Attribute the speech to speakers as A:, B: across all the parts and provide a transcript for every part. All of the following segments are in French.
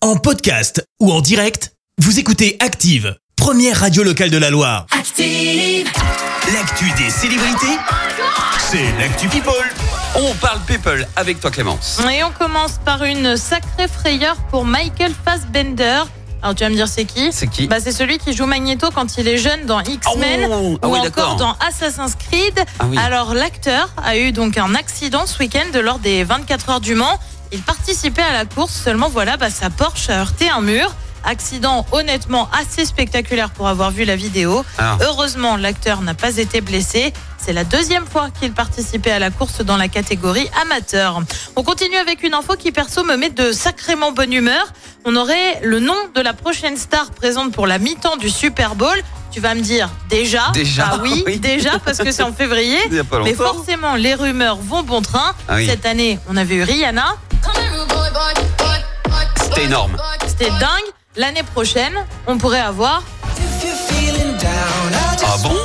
A: En podcast ou en direct, vous écoutez Active, première radio locale de la Loire.
B: Active,
A: L'actu des célébrités, c'est l'actu People.
C: On parle people avec toi Clémence.
D: Et on commence par une sacrée frayeur pour Michael Fassbender. Alors tu vas me dire c'est qui
C: C'est qui
D: bah, C'est celui qui joue Magneto quand il est jeune dans X-Men
C: Oh, ah
D: ou
C: oui,
D: encore
C: d'accord.
D: dans Assassin's Creed.
C: Ah oui.
D: Alors l'acteur a eu donc un accident ce week-end lors des 24 heures du Mans. Il participait à la course, seulement voilà, bah, sa Porsche a heurté un mur. Accident honnêtement assez spectaculaire pour avoir vu la vidéo.
C: Ah.
D: Heureusement, l'acteur n'a pas été blessé. C'est la deuxième fois qu'il participait à la course dans la catégorie amateur. On continue avec une info qui perso me met de sacrément bonne humeur. On aurait le nom de la prochaine star présente pour la mi-temps du Super Bowl. Tu vas me dire déjà
C: Déjà,
D: Bah oui,
C: oui.
D: déjà parce que c'est en février.
C: Il y a pas
D: Mais
C: longtemps.
D: forcément, les rumeurs vont bon train.
C: Ah oui.
D: Cette année, on avait eu Rihanna,
C: C'était énorme.
D: c'était dingue. L'année prochaine, on pourrait avoir
C: Ah bon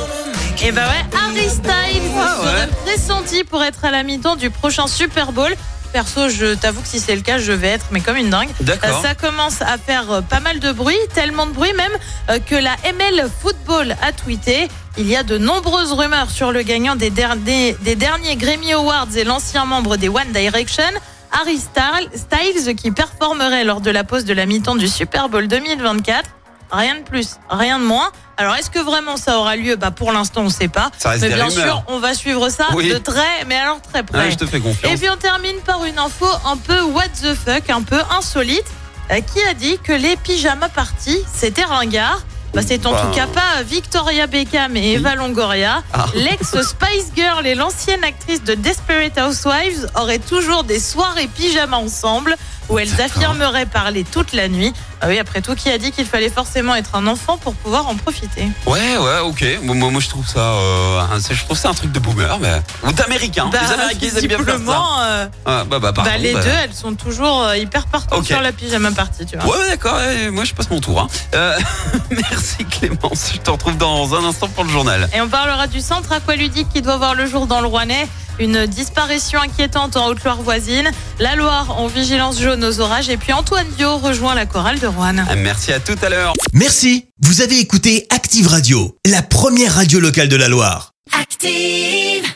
D: Et bah ouais, Harry Styles
C: Ah
D: serait
C: ouais.
D: pressenti pour être à la mi-temps du prochain Super Bowl. Perso, je t'avoue que si c'est le cas, je vais être mais comme une dingue.
C: D'accord.
D: Euh, Ça commence à faire euh, pas mal de bruit, tellement de bruit même euh, que la ML Football a tweeté. Il y a de nombreuses rumeurs sur le gagnant des, der- des- des derniers Grammy Awards et l'ancien membre des One Direction. Harry Star- Styles qui performerait lors de la pause de la mi-temps du Super Bowl 2024. Rien de plus, rien de moins. Alors est-ce que vraiment ça aura lieu bah, Pour l'instant on ne sait pas.
C: Ça reste
D: Mais
C: Ah, des
D: bien
C: rumeurs.
D: sûr on va suivre ça
C: Oui.
D: de très, mais alors très près.
C: Ah, je te fais
D: Et
C: confiance.
D: puis on termine par une info un peu what the fuck, un peu insolite, euh, qui a dit que les pyjama parties, c'était ringard. Bah, c'est en
C: Bah.
D: tout cas pas Victoria Beckham et Eva Longoria.
C: Ah.
D: L'ex Spice Girl et l'ancienne actrice de Desperate Housewives auraient toujours des soirées pyjama ensemble où elles affirmeraient parler toute la nuit. Ah oui, après tout, qui a dit qu'il fallait forcément être un enfant pour pouvoir en profiter
C: Ouais, ouais, ok. Moi, moi, moi, je trouve ça, euh, un- je trouve ça un truc de boomer, mais ou d'américain. les Américains ils aiment bien faire ça.
D: Bah, visiblement, euh,
C: Ah, bah, bah, pardon,
D: bah, les
C: bah.
D: deux, elles sont toujours euh, hyper partantes
C: Ok.
D: sur la pyjama party, tu vois.
C: Ouais, ouais, d'accord. ouais, moi, je passe mon tour. hein. Euh, merci Clémence. Je te retrouve dans un instant pour le journal.
D: Et on parlera du centre aqualudique qui doit voir le jour dans le Rouennais. Une disparition inquiétante en Haute-Loire voisine. La Loire en vigilance jaune aux orages. Et puis Antoine Dio rejoint la chorale de Rouen.
C: Ah, Merci à tout à l'heure.
A: Merci, vous avez écouté Active Radio, la première radio locale de la Loire.
B: active.